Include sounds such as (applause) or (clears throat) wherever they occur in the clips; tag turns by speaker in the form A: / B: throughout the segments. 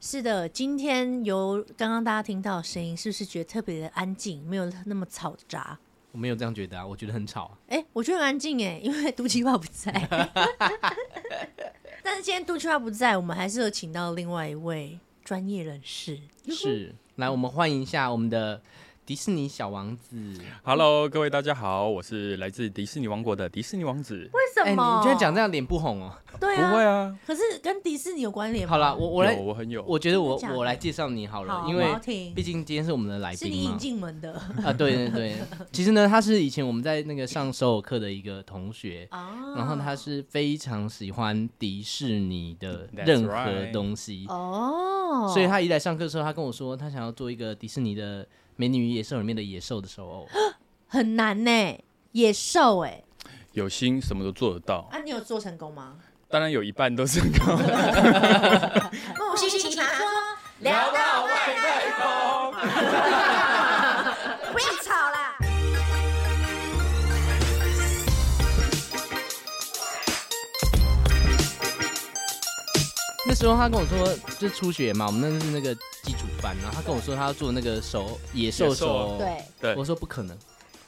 A: 是的，今天由刚刚大家听到的声音，是不是觉得特别的安静，没有那么嘈杂？
B: 我没有这样觉得啊，我觉得很吵啊。
A: 哎、我觉得很安静哎，因为杜琪爸不在。 (laughs) 但是今天杜琪爸不在，我们还是有请到另外一位专业人士。
B: 是，来，我们欢迎一下我们的迪士尼小王子。
C: Hello，各位大家好，我是来自迪士尼王国的迪士尼王子。
A: 为
B: 哎、
A: 什
B: 你
A: 么？
B: 你居然讲这样脸不红哦？
A: 对
C: 不会
A: 啊，
C: 啊，
A: 可是跟迪士尼有关联吗。
B: 好啦，我我来
C: 有，我很有。
B: 我觉得我
A: 哎真的假的
B: 我来介绍你好了，
A: 好
B: 因
A: 我
B: 为
A: 要听
B: 毕竟今天是我们的来
A: 是你
B: 宾嘛
A: 引。进门
B: (laughs)
A: 的
B: 啊，对对
A: (laughs)
B: 对，其实呢，他是以前我们在那个上首尔课的一个同学。
A: 啊。
B: 然后他是非常喜欢迪士尼的
C: That's
B: 任何
C: right
B: 东西
A: 哦，
B: 所以他一来上课的时候，他跟我说他想要做一个迪士尼的《美女与野兽》里面的野兽的哦手偶。
A: 很难呢，野兽哎。
C: 有心什么都做得到，
A: 啊，你有做成功吗？
C: 当然有一半都是高。
A: 木星奇葩说，聊到外太空，不要吵啦！
B: 那时候他跟我说，就初学嘛，我们那是那个基础班，然后他跟我说他要做那个手野兽手偶，
A: 对，
C: 对
B: 我，说不可能，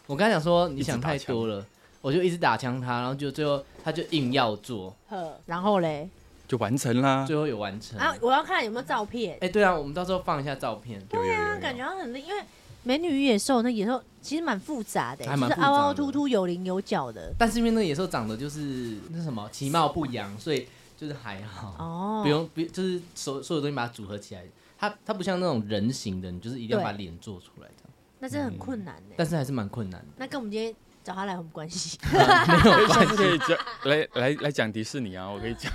B: 我跟他讲说你想太多了，我就一直打枪他，然后就最后他就硬要做，
A: 呵，然后嘞，
C: (laughs) 就完成啦。
B: 最后有完成。哎、
A: 啊，我要看有没有照片。
B: 对啊，我们到时候放一下照片。
C: 有有有有
A: 啊，感觉他很厉，因为美女与野兽那野兽其实蛮复杂的，
B: 还
A: 就是
B: 蛮复杂的
A: 凹凹凸凸、有棱有角的。
B: 但是因为那个野兽长得就是那什么其貌不扬，所以就是还好，
A: 哦，
B: 不用不就是所所有东西把它组合起来，它它不像那种人形的，你就是一定要把脸做出来这样，
A: 那真的很困难呢。
B: 嗯但是还是蛮困难的。
A: 那跟我们今天找他来有什么关
B: (laughs)
A: 系？
C: 所 (laughs) 以下次可以讲来来来讲迪士尼啊，我可以讲。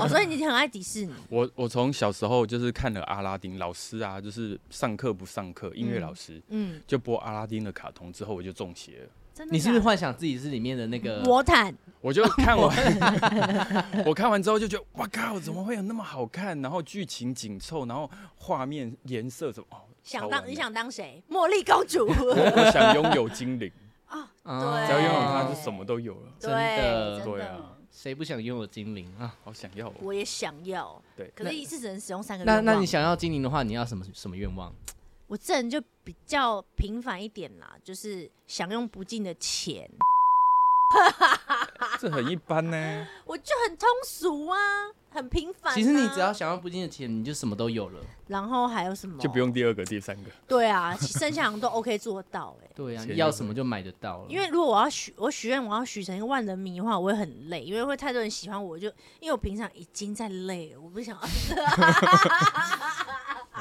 A: 哦，所以你很爱迪士尼，
C: 我我从小时候就是看了阿拉丁老师啊，就是上课不上课，音乐老师
A: 嗯，
C: 就播阿拉丁的卡通之后，我就中邪了。
A: 真的。
B: 你是不是？幻想自己是里面的那个？
A: 魔毯，
C: 我就看完，
A: (laughs)
C: 我看完之后就觉得，哇靠，怎么会有那么好看？然后剧情紧凑，然后画面颜色怎么？哦，
A: 想
C: 超完
A: 当
C: 美
A: 你想当谁？茉莉公
B: (laughs)
A: 主。
C: (laughs) 我想拥有精
A: (laughs)
C: 灵，
A: 啊，
B: 啊
C: 只要拥有
A: 它
C: 它，
A: 对
C: 就什么都有了。
B: 真
A: 对，
B: 的
A: 真
C: 对啊，
B: 谁不想拥有精灵啊？
C: 好想要哦。
A: 我也想要，
C: 对
A: 可是一次只能使用三个愿
B: 那
A: 望。
B: 那你想要精灵的话，你要什么什么愿望？
A: 我这人就比较平凡一点啦，就是享用不尽的钱，
C: 这很一
A: (laughs)
C: 般呢。
A: 我就很通俗啊，很平凡啊、
B: 其实你只要想要不尽的钱，你就什么都有了。
A: 然后还有什么
C: 就不用第二个、第三个。
A: 对啊，其剩下好像都 OK 做到哎、
B: 对啊，你
C: 钱就
B: 要
C: 是
B: 什么就买得到了。
A: 因为如果我要许我许愿，我要许成一个万人迷的话，我会很累，因为会太多人喜欢我，就因为我平常已经在累了，我不想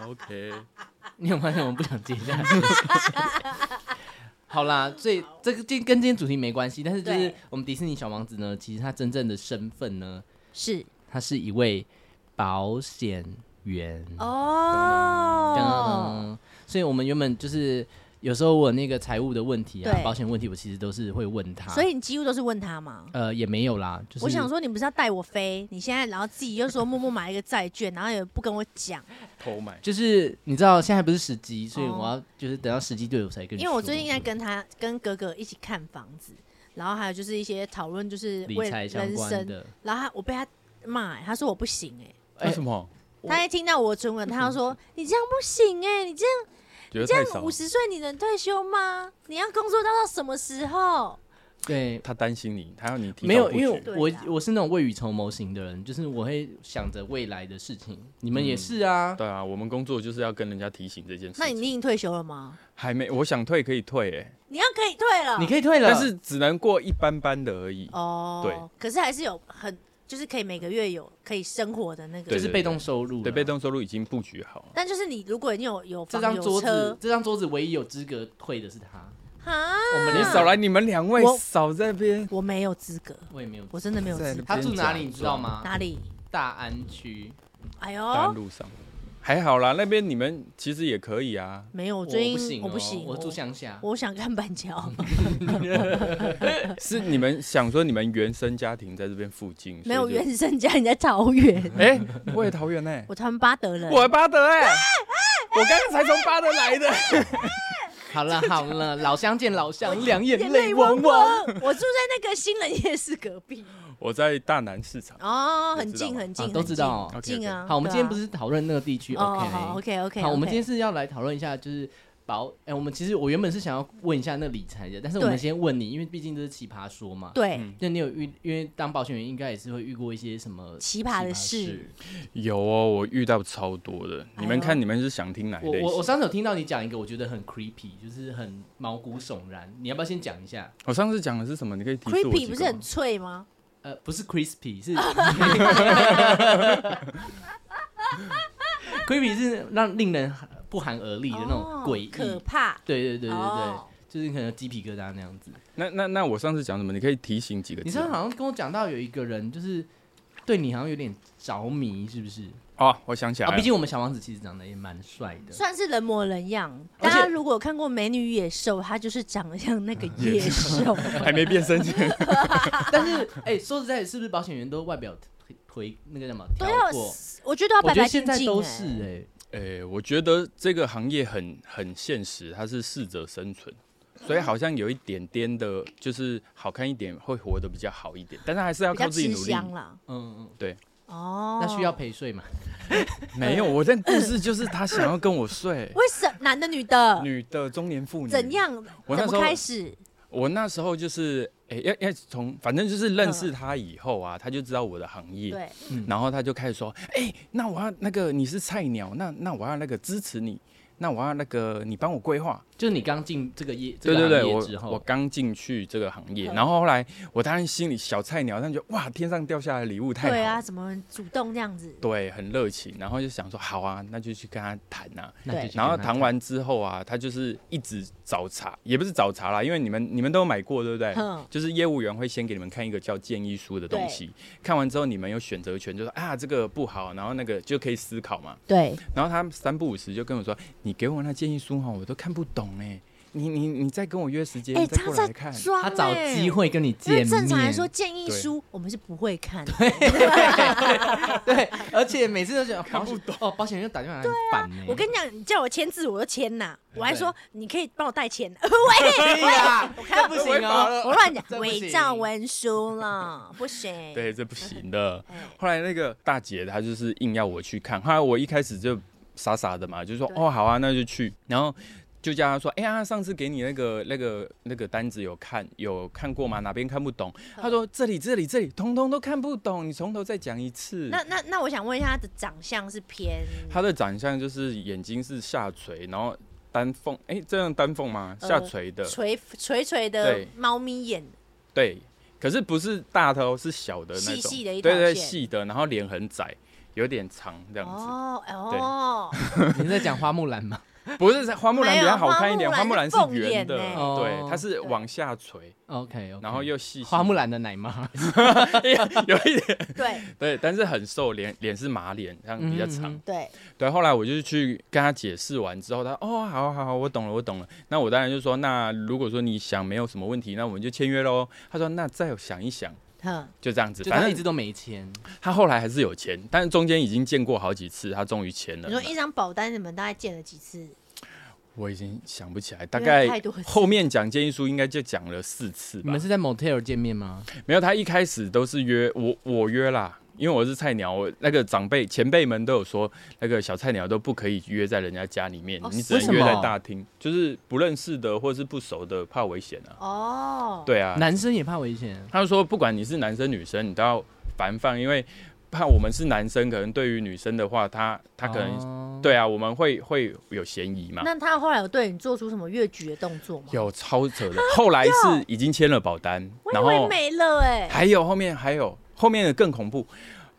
C: OK，
B: 你有发现我不想接下去。 (laughs) 好啦，所以这个这跟今天主题没关系，但是就是
A: 对
B: 我们迪士尼小王子呢，其实他真正的身份呢，
A: (laughs) 是
B: 他是一位保险员。
A: 哦，
B: 嗯，所以我们原本就是有时候我那个财务的问题啊
A: 对，
B: 保险问题，我其实都是会问他。
A: 所以你几乎都是问他嘛？
B: 呃也没有啦，就是
A: 我想说，你不是要带我飞？你现在然后自己又说默默买一个债券，然后也不跟我讲，
C: 偷买。
B: 就是你知道现在还不是时机，所以
A: 哦
B: 我要就是等到时机对我才跟你
A: 因
B: 说。
A: 为我最近在跟他、跟哥哥一起看房子，然后还有就是一些讨论，就是
B: 理
A: 为
B: 财相
A: 人
B: 关
A: 生。
B: 的，
A: 然后他我被他骂、欸他说我不行哎、
C: 为什么？
B: 我嗯
A: 他一听到我存款，他就说你这样不行哎、你这样
C: 觉得
A: 这
C: 太
A: 样
C: 少
A: 五。十岁你能退休吗？你要工作到到什么时候？
B: 对，
C: 他担心你，他要你提早
B: 没有，
C: 布局
B: 因为
A: 对啊
B: 我
A: 啦
B: 我是那种未雨绸缪型的人，就是我会想着未来的事情。你们也
C: 嗯
B: 是啊，
C: 对啊，我们工作就是要跟人家提醒这件事
A: 那你
C: 情。
A: 已经退休了吗？
C: 还没，我想退可以退哎，
A: 你要可以退了，
B: 你可以退了，
C: 嗯但是只能过一般般的而已。
A: 啊哦，
C: 对，
A: 可是还是有很就是可以每个月有可以生活的那个，
C: 对
B: 就是被动收入，啊
C: 对，被。动收入已经布局好了。
A: 但就是你如果你有有
B: 这
A: 房
B: 张
A: 有
B: 桌子
A: 车，，
B: 这张桌子唯一有资格退的是他，
A: 哈，
B: 我们
C: 你
B: 连
C: 少来，你们两位
A: 我
C: 少在边。
A: 我没有资格，
B: 我也没有。
A: 我真的没有资格。
B: 他住哪里你知道吗？
A: 哪里？
B: 大安区。
A: 哎
C: 大安
A: 呦，
C: 路上，还好啦，那边你们其实也可以啊。
A: 没有，我
B: 我
A: 最
B: 不
A: 近
B: 行，
A: 我
B: 我
A: 不行，哦
B: 我住乡下。嗯
A: 我想看板
B: (laughs)
A: 桥，
C: 是你们想说你们原生家庭在这边附近？
A: 没有
C: 所以就。
A: 原生家庭在桃
B: (laughs)
A: 园， (laughs)
C: 哎，我也桃园哎，
A: 我他们巴德人，
C: 我巴德哎，我刚才从巴德来的。
B: 好了好了，老乡见老乡，两眼
A: (laughs) 眼
B: 泪
A: 泪
B: 汪
A: 汪
B: 汪。
A: 汪，我住在那个新人夜市隔壁，
C: 我在大南市场。
A: 哦，
C: 都
A: 很
C: 知
A: 近
C: 道吗
A: 很近，
B: 啊都
A: 很近
B: 知道哦
A: 很近
C: OK，OK
A: 啊。
B: 好，我们
A: 对
B: 今天
A: 啊
B: 不是讨论那个地区
A: 哦好
B: ，OK？
A: ，OK OK，
B: 好，我们今天是要来讨论一下，就是保，哎、我们其实我原本是想要问一下那理财的，但是我
A: 对
B: 们先问你，因为毕竟这是奇葩说嘛。
A: 对
C: 嗯
B: 就你有遇，因为当保险员应该也是会遇过一些什么
A: 奇葩的事，
B: 事。
C: 有哦，我遇到超多的。你
A: 哎
C: 们
A: 呦
C: 看，你们是想听哪一
B: 我
C: 类
B: 我我
C: 型？
B: 上次有听到你讲一个，我觉得很 creepy，就是很毛骨悚然。你要不要先讲一下？
C: 我上次讲的是什么？你可以提示我几
B: 嗯
A: creepy
C: 个
A: 不是很
C: 吗
A: 脆吗？
B: 呃，不是 crispy，
A: (laughs)
B: 是 creepy 是让令人不寒而栗的那种
A: 哦
B: 诡异。
A: 可怕。
B: 对对对对对，
A: 哦
B: 就是可能鸡皮疙瘩那样子。
C: 那那那我上次讲什么？你可以提醒几个字
B: 你
C: 吗。
B: 上次好像跟我讲到有一个人，就是对你好像有点着迷，是不是？
C: 哦，我想起来
B: 啊，
C: 了
B: 毕，竟我们小王子其实长得也蛮帅的。
A: 算是人模人样。
B: 而
A: 大
B: 且
A: 家如果有看过《美女与野兽》，它就是长得像那个野 (laughs) 兽。
C: 还没变身前，
B: 但是，哎、说实在，是不是保险员都外表推推那个叫什么
A: 都
B: 调
A: 要
B: 过？
A: 我觉得要
B: 我
A: 白
B: 觉得
A: 白
B: 现
A: 净
B: 在
A: 净、欸。
B: 都是哎、
C: 诶，我觉得这个行业很很现实，它是适者生存，所以好像有一点点的，就是好看一点会活得比较好一点，但是还是要
A: 哎比较
C: 靠自己
A: 吃
C: 努力。
A: 香啦。
B: 嗯嗯，
A: 哦，，
B: 那需要陪睡嘛？
C: 没有，我这故事就是他想要跟我睡
A: (laughs) 为什男的女的
C: 女的中年妇女
A: 怎？样？
C: 我那
A: 怎
C: 时
A: 么
C: 候
A: 开始？
C: 我那时候就是诶，要要从反正就是认识他以后啊，他就知道我的行业，
A: 嗯对，
C: 然后他就开始说：“哎、那我要那个你是菜鸟，那那我要那个支持你，那我要那个你帮我规划。
B: 就是你刚进这个业，”这
C: 对
B: 个
C: 对对，
B: 行业
C: 我
B: 之后，
C: 我刚进去这个行业，
A: 嗯
C: 然后后来我当然心里小菜鸟，但觉得哇，天上掉下来的礼物太好
A: 对
C: 了，
A: 啊，怎么主动这样子？
C: 对很热情，然后就想说好啊，那就去跟他谈啊。
B: 那就
A: 对
B: 去
C: 然后
B: 跟他
C: 谈完之后啊，他就是一直找茬，也不是找茬啦，因为你们你们都有买过，对不对？
B: 嗯
A: 哼，
C: 就是业务员会先给你们看一个叫建议书的东西，看完之后你们有选择权，就说啊这个不好，然后那个就可以思考嘛。
A: 对，
C: 然后他三不五时就跟我说：“你给我那建议书哈，我都看不懂哎，你你你再跟我约时间，
A: 哎，
C: 再
A: 他
C: 过来
A: 在
C: 看。
A: 装，欸
B: 他找机。会跟你
A: 因
B: 见
A: 为
B: 面。
A: 正常来说，建议
C: 对
A: 书我们是不会看的，
B: (laughs) 对，而且每次都觉得 (laughs) 看不懂哦，保险员打电话来很烦呢。
A: 我跟你讲，你叫我签字我就签呐，我还说你可以帮我代签，
B: (laughs) 对
C: 啊
B: 呀，这 (laughs) 不行
C: (laughs)
B: 哦。
A: 我乱讲
B: 这，不行
A: 伪造
B: (laughs)
A: 文书了，不行。
C: (laughs) 对，这不行的。
A: 哎，
C: 后来那个大姐她就是硬要我去看，后来我一开始就傻傻的嘛，就说
A: 对
C: 哦好啊，那就去。然后就叫她说，哎、呀、上次给你那个那个那个单子有看有看过吗？哪边看不懂？
A: 嗯
C: 她说这里这里这里通通都看不懂，你从头再讲一次。
A: 那那那我想问一下，他的长相是偏
C: 她的长相就是眼睛是下垂，然后丹凤，哎、这样丹凤吗？
A: 呃
C: 下垂的，
A: 垂垂垂的
C: 对
A: 猫咪眼，
C: 对，可是不是大头，是小的那种，
A: 细细的一条
C: 对对，
A: 线
C: 细的，然后脸很窄，有点长这样子。
A: 哦哦，
B: 你是在讲花木兰吗？
C: 不是花木兰比较好看一点，
A: 没有
C: 花木兰是
A: 花木兰是
C: 圆的，
A: 凤眼
B: 欸
C: 对
B: 哦，
C: 它是往下垂，
B: OK，
C: 然后又细细
B: 花木，兰的奶妈，
C: (laughs) 有一点
A: 对
C: 对，但是很瘦，脸脸是马脸，这样比较长。
B: 嗯嗯
C: (laughs)
A: 对，
C: 对，后来我就去跟他解释完之后，他哦，好好好，我懂了，我懂了。那我当然就说，那如果说你想没有什么问题，那我们就签约喽。他说那再想一想，
A: 哼，
C: 就这样子。
B: 就
C: 反
B: 他一
C: 正
B: 直都没签。
C: 他后来还是有签，但是中间已经见过好几次，他终于签了
A: 你。说一张保单你们大概见了几次？
C: 我已经想不起来，大
A: 因为
C: 概
A: 太多次
C: 后面讲建议书应该就讲了四次吧。
B: 你们是在 motel 见面吗？
C: 没有，他一开始都是约我，我约啦，因为我是菜鸟，我那个长辈前辈们都有说，那个小菜鸟都不可以约在人家家里面，
A: 哦
C: 你只
B: 为
C: 能
B: 什么
C: 约在大厅，就是不认识的或是不熟的，怕危险啊。
A: 哦，，
C: 对啊，
B: 男生也怕危险。
C: 他就说不管你是男生女生，你都要防范，因为怕我们是男生，可能对于女生的话，他他可
A: 哦
C: 能、
B: 能，
C: 对啊，我们会会有嫌疑嘛。
A: 那他后来有对你做出什么越矩的动作吗？，
C: 有超扯的，后来是已经签了保单，
A: 啊我以
C: 然后
A: 为没了哎，
C: 还有后面还有后面的更恐怖，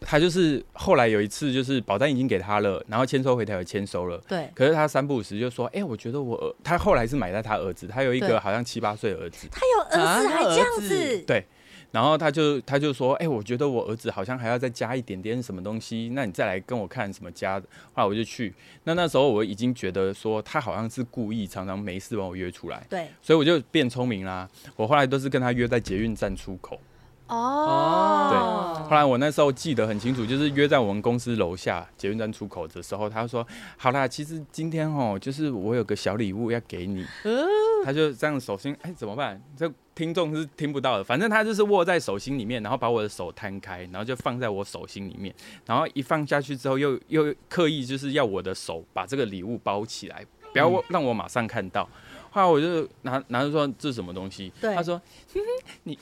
C: 他就是后来有一次就是保单已经给他了，然后签收回台也签收了。
A: 对，
C: 可是他三不五时就说：“哎、我觉得我儿……他后来是买在他儿子，他有一
A: 对
C: 个好像七八岁的儿子，
A: 他有儿子还这样
C: 啊
A: 子，
C: 然后他就他就说：‘哎、我觉得我儿子好像还要再加一点点什么东西，那你再来跟我看什么加的。’后来我就去，那那时候我已经觉得说他好像是故意常常没事把我约出来，
A: 对，
C: 所以我就变聪明啦。我后来都是跟他约在捷运站出口，
A: 哦，
C: 后来我那时候记得很清楚，就是约在我们公司楼下捷运站出口的时候，他说：“好啦，其实今天哦，就是我有个小礼物要给你。
B: 嗯
C: 他就这样手心，哎，怎么办？这听众是听不到的，反正他就是握在手心里面，然后把我的手摊开，然后就放在我手心里面，然后一放下去之后又， (laughs) 又刻意就是要我的手把这个礼物包起来，不要我让我马上看到。后来我就拿拿着说这是什么东西？
A: 对
C: 他说
A: 来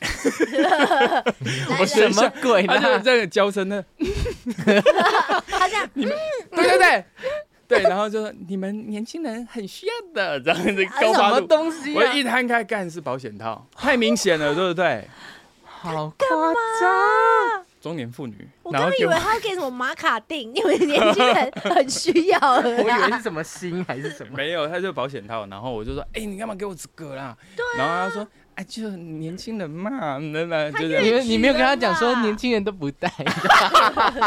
C: 我
A: 来
B: 什
C: 学
A: 来
B: 么鬼呢 (laughs)
C: 他？就哎这个娇声的，
A: 他这样
C: (laughs) 对对对对，然后就说你们年轻人很需要的，这样子高
B: 什
C: 八
B: 么
C: 度。
B: 东西、
C: 我
B: 啊？
C: 一摊开，干是保险套，太明显了，对不对？
B: 好夸张！
C: 中年妇女，
A: 我
C: 然
A: 刚刚
C: 后
A: 以
C: 给我
A: 为他要给什么玛卡定，因为年轻人很需要了
B: (laughs) 我以为
A: 啦。
B: 是什么心还是什么？
C: 没有，他就保险套，然后我就说，哎、你干嘛给我这个啦？然后他说，哎，就年轻人嘛，那那
B: 你
C: 就是
B: 们 (laughs) 你没有跟他讲说年轻人都不戴，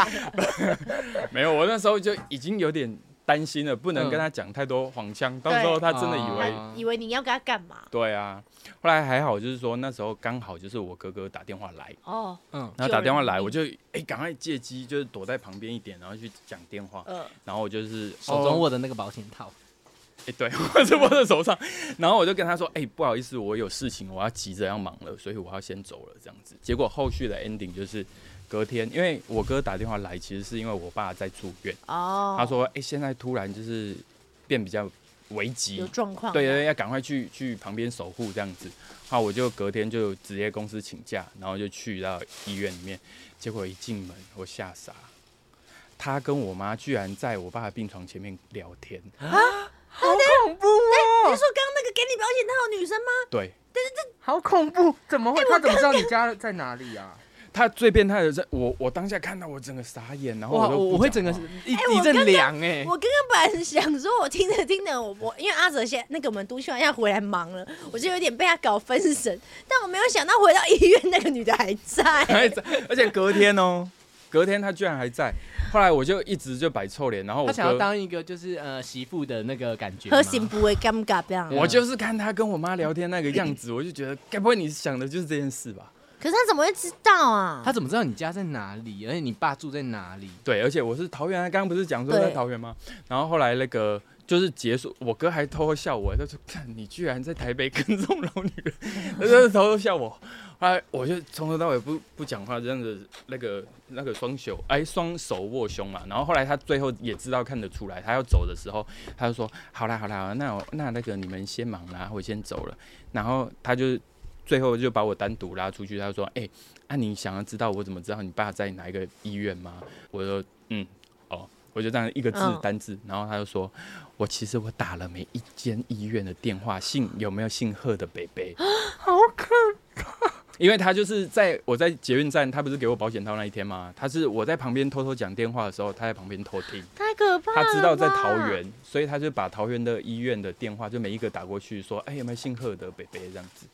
C: (laughs) 没有，我那时候就已经有点担心了，不能跟他讲太多黄腔，到时候他真的以为。
B: 啊
A: 以为你 (laughs) 要给他干嘛？
C: 对啊，后来还好，就是说那时候刚好就是我哥哥打电话来，
A: 哦，
B: 嗯，
C: 然后打电话来，我就哎赶、快借机就是躲在旁边一点，然后去讲电话，
A: 呃，
C: 然后我就是
B: 手中
C: 哦
B: 握的那个保险套，
C: 哎、对， (laughs) 我是握在手上，然后我就跟他说，哎、不好意思，我有事情，我要急着要忙了，所以我要先走了，这样子。结果后续的 ending 就是隔天，因为我哥打电话来，其实是因为我爸在住院，
A: 哦，
C: 他说，哎、现在突然就是变比较危急，
A: 有状
B: 哦
A: 况，啊
C: 对对，要赶快去去旁边守护这样子。好，我就隔天就直接公司请假，然后就去到医院里面。结果一进门，我吓傻，他跟我妈居然在我爸的病床前面聊天。
B: 好恐怖哦
A: 你是说刚刚那个给你保险套的女生吗？
C: 对，
B: 好恐怖！怎么会？他怎么知道你家在哪里啊？
C: 他最变态的是，我我当下看到我整个傻眼，然后
B: 哇，
C: 都
B: 哎我
C: 我
B: 我会整个一
A: 哎我
B: 一阵凉哎！
A: 我刚刚本来是想说，我听着听着，我我因为阿哲现在那个我们督训完要回来忙了，我就有点被他搞分神，但我没有想到回到医院那个女的还在，
C: (laughs) 还在，而且隔天哦，隔天他居然还在。后来我就一直就摆臭脸，然后我
B: 他想要
C: 哥，
B: 当一个就是呃媳妇的那个感觉吗，
A: 喝醒不会尴尬这样。
C: 我就是看他跟我妈聊天那个样子，我就觉得，该不会你想的就是这件事吧？
A: 可是他怎么会知道啊？
B: 他怎么知道你家在哪里，而且你爸住在哪里？
C: 对，而且我是桃园啊，刚刚不是讲说
A: 对
C: 在桃园吗？然后后来那个就是结束，我哥还偷偷笑我，他说：“看你居然在台北 (laughs) 跟这种老女人。”他就是偷偷笑我。后来我就从头到尾不不讲话，这样子那个那个双手哎双手握胸嘛。然后后来他最后也知道看得出来，他要走的时候，他就说：“好啦好啦，好啦那我那那个你们先忙啦，我先走了。”然后他就最后就把我单独拉出去，他就说：“哎、啊你想要知道我怎么知道你爸在哪一个医院吗？”我就嗯哦，我就这样一个字
A: 嗯
C: 单字，然后他就说：“我其实我打了每一间医院的电话，姓有没有姓贺的北北？ (gasps)
B: 好可
C: 因为他就是在我在捷运站，他不是给我保险套那一天吗？他是我在旁边偷偷讲电话的时候，他在旁边偷听，
A: 太可怕
C: 他
A: 了！
C: 知道在桃，园，所以他就把桃园的医院的电话就每一个打过去，说：“哎、有没有姓贺的北北？”这样子。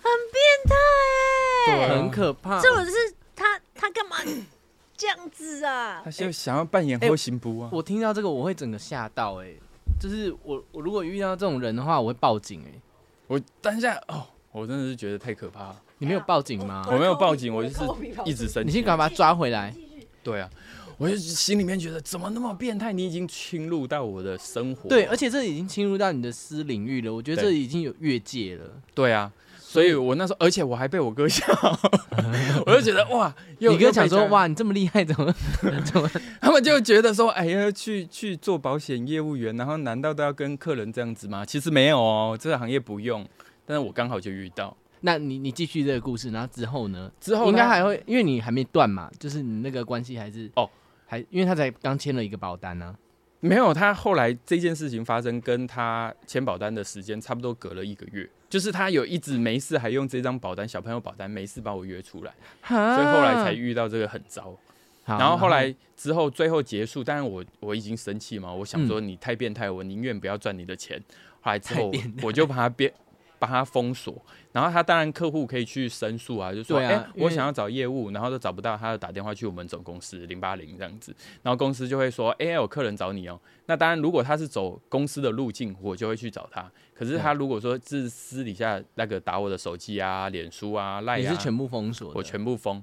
A: 很变态、欸。
C: 对啊
B: 很可怕。
A: 这种是他他干嘛这样子
B: (coughs)
A: 啊
C: 哎他？就想要扮演
B: 哎
C: 后行不啊？
B: 我听到这个我会整个吓到哎、就是我我如果遇到这种人的话，我会报警哎、
C: 我当下哦，我真的是觉得太可怕了，
B: 你没有报警吗？
C: 我没有报警，我就是
A: 我的头皮跑出
C: 一直生
B: 你
C: 气
B: 先。赶快把他抓回来。
C: 啊对啊，我就心里面觉得怎么那么变态？你已经侵入到我的生活。
B: 对，而且这已经侵入到你的私领域了，我觉得这
C: 对
B: 已经有越界了。
C: 对啊，所以我那时候，而且我还被我哥 (laughs) 笑，我就觉得哇，又
B: 你哥讲
C: 又
B: 说
C: 被，
B: 哇，你这么厉害，怎么怎么？
C: (laughs) 他们就觉得说，哎呀，去去做保险业务员，然后难道都要跟客人这样子吗？其实没有哦，这个行业不用。但是我刚好就遇到，
B: 那你你继续这个故事，然后之后呢？
C: 之后
B: 应该
C: 他
B: 还会，因为你还没断嘛，就是你那个关系还是
C: 哦，
B: 还因为他才刚签了一个保单啊呢、
C: 没有，他后来这件事情发生，跟他签保单的时间差不多隔了一个月，就是他有一直没事还用这张保单，小朋友保单没事把我约出来，
B: 啊，
C: 所以后来才遇到这个很糟。
B: 好。
C: 然后后来之后最后结束，当然我我已经生气嘛，我想说你太变态，我宁愿不要赚你的钱。后来之
B: 嗯太
C: 后
B: 变态
C: 我就把它变把它封锁，然后他当然客户可以去申诉啊，就说
B: 对
C: 哎、
B: 啊因为
C: 我想要找业务，然后都找不到，他就打电话去我们总公司零八零这样子，然后公司就会说哎、有客人找你哦。那当然，如果他是走公司的路径，我就会去找他。可是他如果说是私底下那个打我的手机啊、脸书啊、赖
B: 你
C: 啊，
B: 是全部封锁的，
C: 我全部封，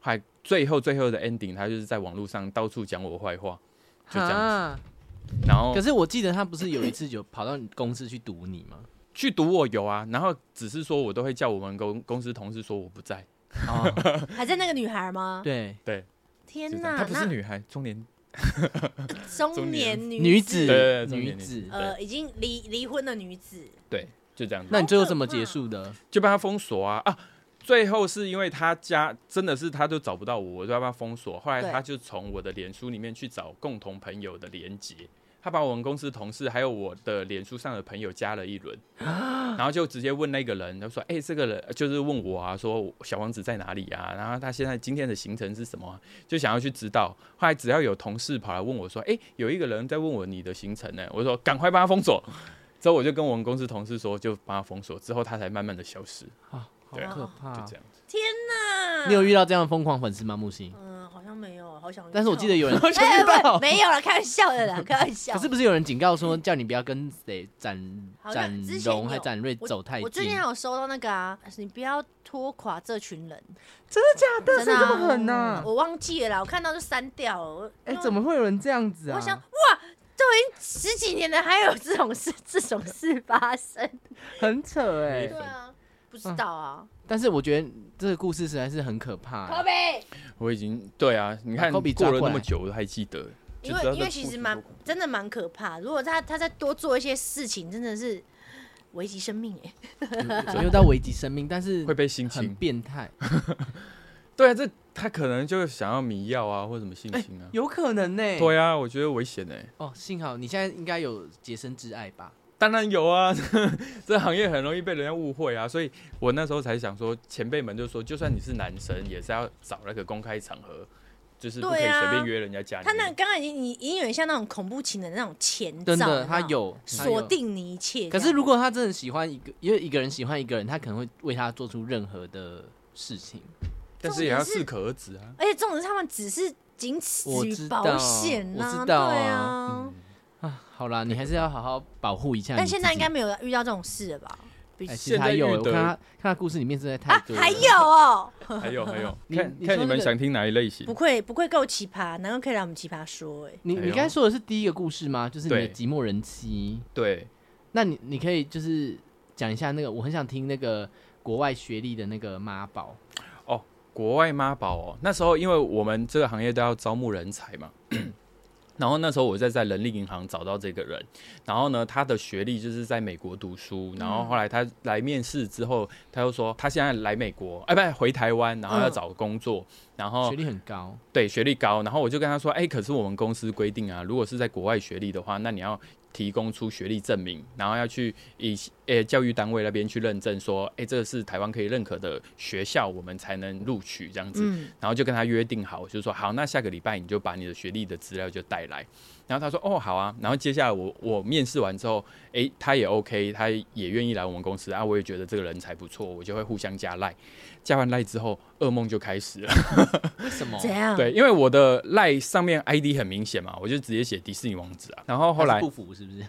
C: 还最后最后的 ending，他就是在网络上到处讲我坏话，就这样子哦
B: 啊
C: 然后
B: 可是我记得他不是有一次有跑到你公司去堵你吗？
C: 去堵我有啊，然后只是说我都会叫我们公公司同事说我不在，
B: 哦，
A: 还在那个女孩吗？
B: (laughs) 对，
C: 就
A: 天
C: 这样
A: 哪，
C: 她不是
A: 那
C: 女孩，中年
A: 中
C: 中年
A: 年
B: 女
A: 子，
C: 对对
B: 子，
C: 对
B: 女
C: 中年
B: 子。
A: 呃，已经离离婚的女子，
C: 对，就这样子，
B: 那你最后怎么结束的？
C: 就帮他封锁啊啊！最后是因为他家真的是他就找不到我，我就要帮他封锁。后来
A: 对
C: 他就从我的脸书里面去找共同朋友的连接，他把我们公司同事还有我的脸书上的朋友加了一轮，然后就直接问那个人，他说：“哎、这个人就是问我啊，说小王子在哪里啊？然后他现在今天的行程是什么啊、就想要去知道。后来只要有同事跑来问我说：“哎、有一个人在问我你的行程呢、我说：“赶快帮他封锁。”之后我就跟我们公司同事说，就帮他封锁，之后他才慢慢的消失。
B: 啊，好
C: 对
B: 可怕
C: 就
B: 哦
C: 这。样子。
A: 那
B: 你有遇到这样的疯狂粉丝吗，木星？
A: 啊嗯，好像没有，好想。
B: 但是 (laughs) 我记得有人，
A: 哎，哎不没有了，开玩笑的啦，开玩笑。
B: 可是不是有人警告说叫你不要跟谁展
A: 好像
B: 展
A: 之前有
B: 荣还展瑞走太近？
A: 我最近还有收到那个啊，你不要拖垮这群人，
B: 真的假的
A: 真的啊谁这么
B: 狠呐、
A: 我忘记了啦，我看到就删掉了。我
B: 哎么会有人这样子啊
A: 我想，哇，都已经十几年了，还有这种事，这种事发生？
B: 很扯哎
C: 对
A: 啊，不知道啊。
B: 但是我觉得这个故事实在是很可怕、
C: 嗯
A: (laughs) 靠背，
C: 我已经对啊，你看
B: 把
C: 过
B: Kobe 抓
C: 了
B: 过来
C: 那么久，我都还记得。
A: 因
C: 就知道
A: 为因为
C: 这
A: 其
C: 故
A: 实
C: 事
A: 蛮
C: 多恐
A: 真的蛮可怕，如果他他再多做一些事情，真的是危及生命哎、
B: (laughs) 没有到危及生命，但是
C: 怖会被性
B: 很
C: 侵。
B: 变态，
C: 对啊，这他可能就想要迷药啊，或者什么性侵啊。
B: 有可能呢、 (laughs)
C: 对啊，我觉得危险哎、
B: 哦，幸好你现在应该有洁身自爱吧？
C: 当然有啊， (laughs) 这行业很容易被人家误会啊，所以我那时候才想说，前辈们就说，就算你是男生，也是要找那个公开场合，就是不可以
A: 对啊
C: 随便约人家家里
A: 他
C: 面。
A: 那刚刚已经你已经有点像那种恐怖情人的那种前兆，
B: 真的，
A: 你知道
B: 他
A: 吗
B: 有他有
A: 锁定你一切这样。
B: 可是如果他真的喜欢一个，因为一个人喜欢一个人，他可能会为他做出任何的事情。
C: 但是也要
A: 重点是
C: 适可而止啊。
A: 而且重点是他们只是仅此
B: 我
A: 于
B: 知道
A: 保险呐、
B: 我知
A: 对
B: 道啊
A: 啊。
C: 嗯，
B: 啊，好啦，你还是要好好保护一下你自
A: 但
B: 己。啊
A: 现在应该没有遇到这种事了吧？比
B: 哎，其实
C: 现在
B: 还有，
C: 遇
B: 我
C: 得
B: 看他看他故事里面真的太
A: 啊，
B: 多了、
A: 还有哦，
B: 哎
C: 还有
A: (laughs)
C: 还有，
B: 你
C: 看
B: 你说
C: 看你
B: 那
C: 们
B: 个
C: 想听哪一类型
A: 不？愧不愧够奇葩，难怪可以来我们奇葩说哎、
B: 你
C: 哎
B: 你
C: 呦
B: 刚才说的是第一个故事吗？就是你的
C: 对
B: 寂寞人妻。
C: 对，
B: 那你你可以就是讲一下那个，我很想听那个国外学历的那个妈宝。
C: 国外妈宝哦，那时候因为我们这个行业都要招募人才嘛， (clears throat) 然后那时候我在在人力银行找到这个人，然后呢，他的学历就是在美国读书，然后后来他来面试之后，他又说他现在来美国，哎，不回台湾，然后要
A: 嗯
C: 找工作，然后
B: 学历很高，
C: 对学历高，然后我就跟他说，哎、可是我们公司规定啊，如果是在国外学历的话，那你要提供出学历证明，然后要去以呃、教育单位那边去认证，说，哎、这个是台湾可以认可的学校，我们才能录取这样子。
A: 嗯，
C: 然后就跟他约定好，就说好，那下个礼拜你就把你的学历的资料就带来。然后他说哦好啊，然后接下来我我面试完之后，诶，他也 OK，他也愿意来我们公司啊，我也觉得这个人才不错，我就会互相加赖。加完赖之后，噩梦就开始了。
B: 为什么？
A: 嗯怎样？
C: 对，因为我的赖上面 ID 很明显嘛，我就直接写迪士尼王子啊。然后后
B: 他是
C: 来
B: 不服是不是？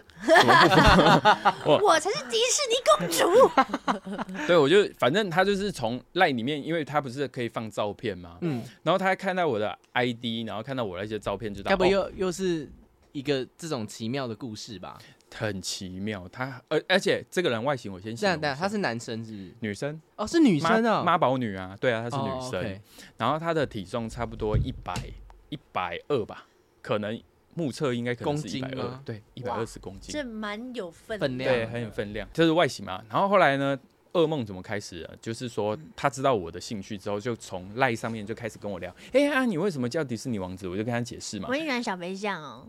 A: 我才是迪士尼公主。
C: 对我就反正他就是从赖里面，因为他不是可以放照片吗？
B: 嗯，
C: 然后他看到我的 ID，然后看到我那些照片，就知道
B: 该不会
C: 哦
B: 又、又是一个这种奇妙的故事吧？
C: 很奇妙。他而而且这个人外形我先
B: 这
C: 形
B: 样，
C: 容一
B: 这
C: 下，
B: 样，他是男生是不是？
C: 女生，
B: 哦，是女生
C: 妈
B: 哦，
C: 妈宝女啊，对啊，她是女
B: 哦
C: 生。
B: ，OK
C: 然后她的体重差不多一百一百二吧，可能目测应该可能是
B: 公
C: 一
B: 斤
C: 百二
B: 吗，
C: 对，一百
A: 哇
C: 二十公斤，
A: 这蛮有分
B: 分量啊
C: 对，很有分量，这是外形嘛。然后后来呢，噩梦怎么开始的？就是说
B: 嗯
C: 他知道我的兴趣之后，就从赖上面就开始跟我聊，哎、啊，你为什么叫迪士尼王子？我就跟他解释嘛
A: 我，依然小飞象哦，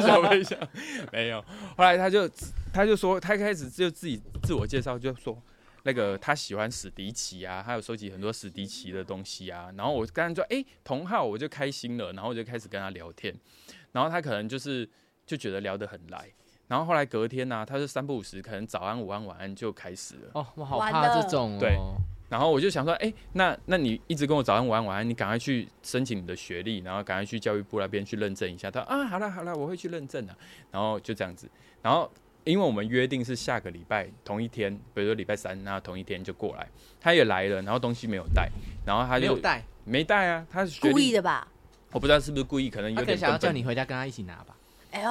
C: 小微笑，没有。后来他就他就说，他开始就自己自我介绍，就说。那个他喜欢史迪奇啊，他有收集很多史迪奇的东西啊。然后我刚刚说，哎、同号，我就开心了，然后我就开始跟他聊天。然后他可能就是就觉得聊得很来，然后后来隔天呢、他是三不五时，可能早安、午安、晚安就开始了。
B: 哦，我好
A: 完
B: 怕
A: 了
B: 这种哦。
C: 对然后我就想说，哎、那那你一直跟我早安、午安、晚安，你赶快去申请你的学历，然后赶快去教育部那边去认证一下。他说啊，好啦好啦，我会去认证的、然后就这样子，然后因为我们约定是下个礼拜同一天，比如说礼拜三，那同一天就过来。他也来了，然后东西没有带，然后他
B: 没
C: 就
B: 有带，
C: 没带啊，他是学历
A: 故意，的吧？
C: 我不知道是不是故意，可能
B: 他可
C: 有
B: 能
C: 点
B: 想要
C: 笨
B: 叫
C: 笨。
B: 你回家跟他一起拿吧。
A: 哎呦，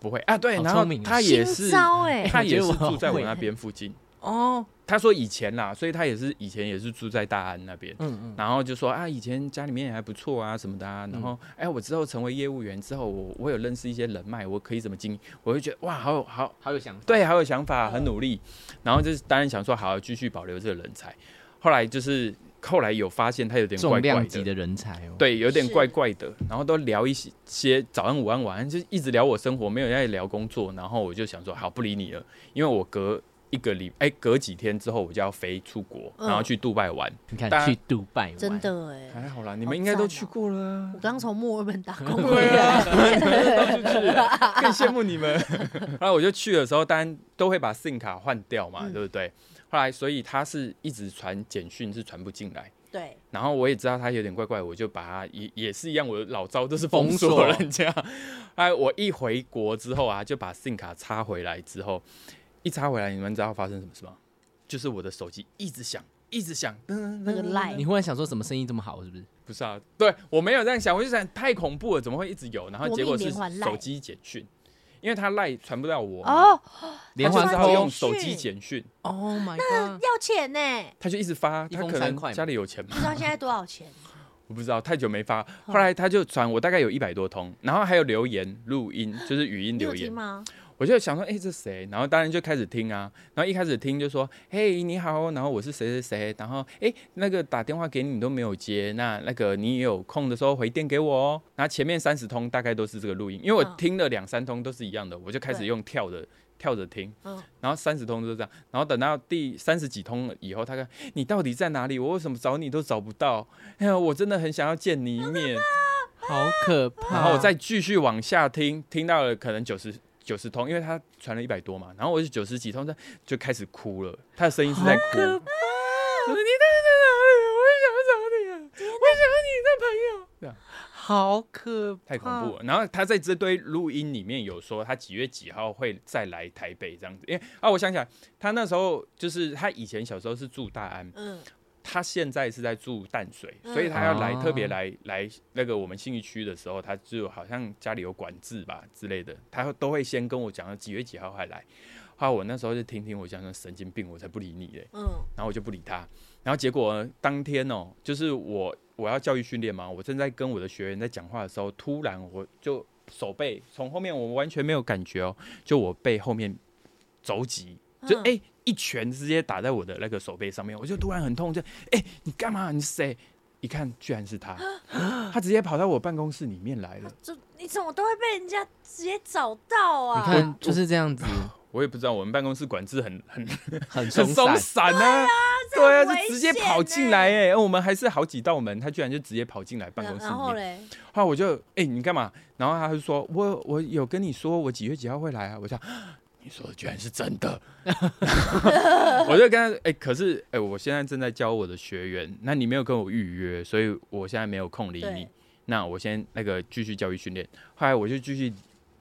C: 不会啊，对，
B: 好
C: 然后
B: 聪明哦
C: 他也是
A: 新招哎、
C: 他也
B: 我
C: 是
B: 觉得我
C: 住在我
B: 会
C: 那边附近。
A: 哦，
C: 他说以前啦，所以他也是以前也是住在大安那边，
B: 嗯嗯，
C: 然后就说啊，以前家里面也还不错啊什么的啊。然后哎、我之后成为业务员之后，我我有认识一些人脉，我可以怎么经营，我就觉得哇，好有好
B: 好有想法。
C: 对，好有想法，很努力。然后就是当然想说，好继续保留这个人才。后来就是后来有发现他有点怪
B: 重
C: 怪
B: 量级
C: 的。
B: 的人才哦。，
C: 对，有点
A: 是
C: 怪怪的，然后都聊一些些早安、午安、晚安，就一直聊我生活，没有在聊工作。然后我就想说，好不理你了，因为我隔一个礼，哎，隔几天之后我就要飞出国，
A: 嗯
C: 然后去杜拜玩。
B: 你看
C: 大家
B: 去杜拜玩
A: 真，的哎、
C: 还好啦，你
A: 好
C: 们应该都
A: 赞
C: 去
A: 哦
C: 过了啊
A: 我，刚从墨尔本打工回
C: 对
A: 来，
C: 啊，你们都到处 (laughs) 去了啊更羡慕你们。 (laughs) 后来我就去的时候，当然都会把 SIM 卡换掉嘛，
A: 嗯
C: 对不对？后来所以他是一直传简讯是传不进来。
A: 对，
C: 然后我也知道他有点怪怪，我就把他也也是一样，我的老招就是
B: 封
C: 封锁
B: 锁
C: 人家。 (laughs) 哎，我一回国之后啊，就把 SIM 卡插回来之后，一插回来，你们知道发生什么事吗？就是我的手机一直响，一直响，嗯
A: 那个赖
B: 你忽然想说什么生意这么好，是不是？
C: 不是啊，对我没有这样想，我就想太恐怖了，怎么会一直有？然后结果
A: 国
C: 是
A: 民连环赖
C: 手机简讯，因为他赖传不到我嘛，
A: 哦，
B: 连
C: 他
B: 环
C: 就只
A: 传
C: 好
A: 简
C: 用
A: 讯
B: 扣
C: 手机简讯，
B: ，Oh my god！
A: 要钱呢、
C: 他就一直发，
B: 一
C: 他
B: 封
C: 可
B: 三
C: 能
B: 块嘛
C: 家里有钱嘛
A: 不，知道现在多少
C: (laughs)
A: 钱，
C: 我不知道，太久没发。后来他就传我大概有一百多通，然后还有留言、录音，就是语音
A: 你有
C: 留
A: 听
C: 言。
A: 吗？
C: 我就想说，哎、这谁？然后当然就开始听啊。然后一开始听就说，嘿，你好，哦然后我是谁谁谁，然后哎、那个打电话给你你都没有接，那那个你有空的时候回电给我哦。然后前面三十通大概都是这个录音，因为我
A: 嗯
C: 听了两三通都是一样的，我就开始
A: 对
C: 用跳的跳着听。
A: 嗯，
C: 然后三十通都是这样，然后等到第三十几通以后，他看你到底在哪里？我为什么找你都找不到？ (laughs) 哎呀，我真的很想要见你一面。
B: 好可怕。
C: 然后我再继续往下听，听到了可能九十九十通，因为他传了一百多嘛，然后我就九十几通，就开始哭了，他的声音是在哭。我哦说你到底在哪里？我也想要找你啊！我想要你的朋友。这样
B: 好可怕，
C: 啊太恐怖了。然后他在这堆录音里面有说，他几月几号会再来台北这样子。因为啊，我想起来，他那时候就是他以前小时候是住大安，
A: 嗯，
C: 他现在是在住淡水，
A: 嗯
C: 所以他要来、
B: 哦
C: 特别来来那个我们信义区的时候，他就好像家里有管制吧之类的，他都会先跟我讲几月几号还来。啊，我那时候就听听，我想说神经病，我才不理你嘞。
A: 嗯，
C: 然后我就不理他。然后结果呢当天哦，就是我我要教育训练嘛，我正在跟我的学员在讲话的时候，突然我就手背从后面我完全没有感觉哦，就我被后面肘击，就哎、
A: 嗯
C: 诶一拳直接打在我的那个手背上面，我就突然很痛，就哎、诶你干嘛？你是谁？一看居然是他，他直接跑到我办公室里面来了。
A: 就你怎么都会被人家直接找到
B: 你
A: 啊？
B: 看就是这样子，
C: 我也不知道我们办公室管制很很
B: 很松
C: 很松
B: 散。
C: 散啊，对啊，
A: 这很危
C: 就直接跑进来哎、我们还是好几道门，他居然就直接跑进来办
A: 然
C: 公室
A: 然
C: 里
A: 后
C: 面。
A: 嘞，
C: 后来我就哎、你干嘛？然后他就说我我有跟你说我几月几号会来啊？我想你说的居然是
A: (laughs)
C: 真的， (laughs) 我就跟他哎、可是哎、我现在正在教我的学员，那你没有跟我预约，所以我现在没有空理你
A: 对。
C: 那我先那个继续教育训练，后来我就继续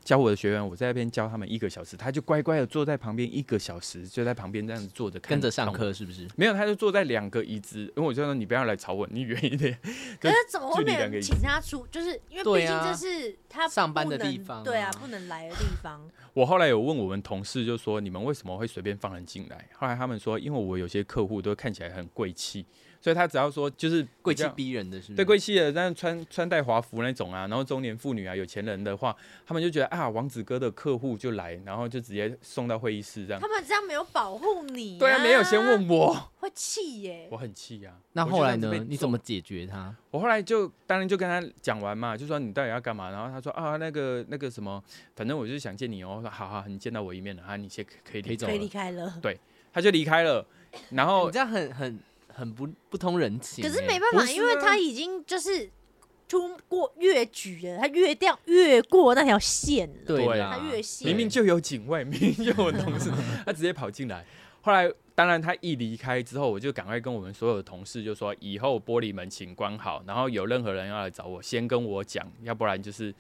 C: 教我的学员，我在那边教他们一个小时，他就乖乖的坐在旁边一个小时，就在旁边这样子坐着看
B: 跟着上
C: 动画
B: 课是不是？
C: 没有，他就坐在两个椅子，因为我就说你不要来吵我，你远一点。
A: 可
C: 跟
A: 是怎么会
C: 距离
A: 没
C: 两个
A: 人
C: 椅子
A: 请他出？就是因为
B: 对
A: 毕竟
B: 啊
A: 这是他
B: 上班
A: 不
B: 的地
A: 能
B: 方
A: 对
B: 啊
A: 啊，不能来的地方。
C: 我后来有问我们同事，就说你们为什么会随便放人进来？后来他们说，因为我有些客户都看起来很贵气，所以他只要说就是比
B: 贵气
C: 较
B: 逼人的是不是？
C: 对贵气的，但是穿穿戴华服那种啊，然后中年妇女啊，有钱人的话，他们就觉得啊，王子哥的客户就来，然后就直接送到会议室这样
A: 他。们这样没有保护你、
C: (laughs) 对啊，没有先问我，
A: 会气耶、
C: 我很气啊。
B: (laughs) 那
C: 我就
B: 后来
C: 这
B: 呢
C: 样子？被
B: 你怎么解决他？
C: 我后来就当然就跟他讲完嘛，就说你到底要干嘛？然后他说啊，那个那个什么，反正我就是想见你哦。我说好好，你见到我一面了啊，你先可可以
B: 可以
C: 离
B: 走
C: 走
A: 可以
B: 了
C: 了。
A: 离开了。
C: 他就离开了。然后
B: 你这样很很很不不通人情欸。
A: 可是没办
C: 不
A: 法，
C: 是
A: 因为
C: 啊
A: 他已经就是突过越举了，他越掉越过那条线了。
B: 对
C: 对啊
B: 啦，
A: 他越线
C: 明明就有警卫，明明就有同事， (laughs) 他直接跑进来。后来，当然他一离开之后，我就赶快跟我们所有的同事就说，以后玻璃门请关好，然后有任何人要来找我，先跟我讲，要不然就是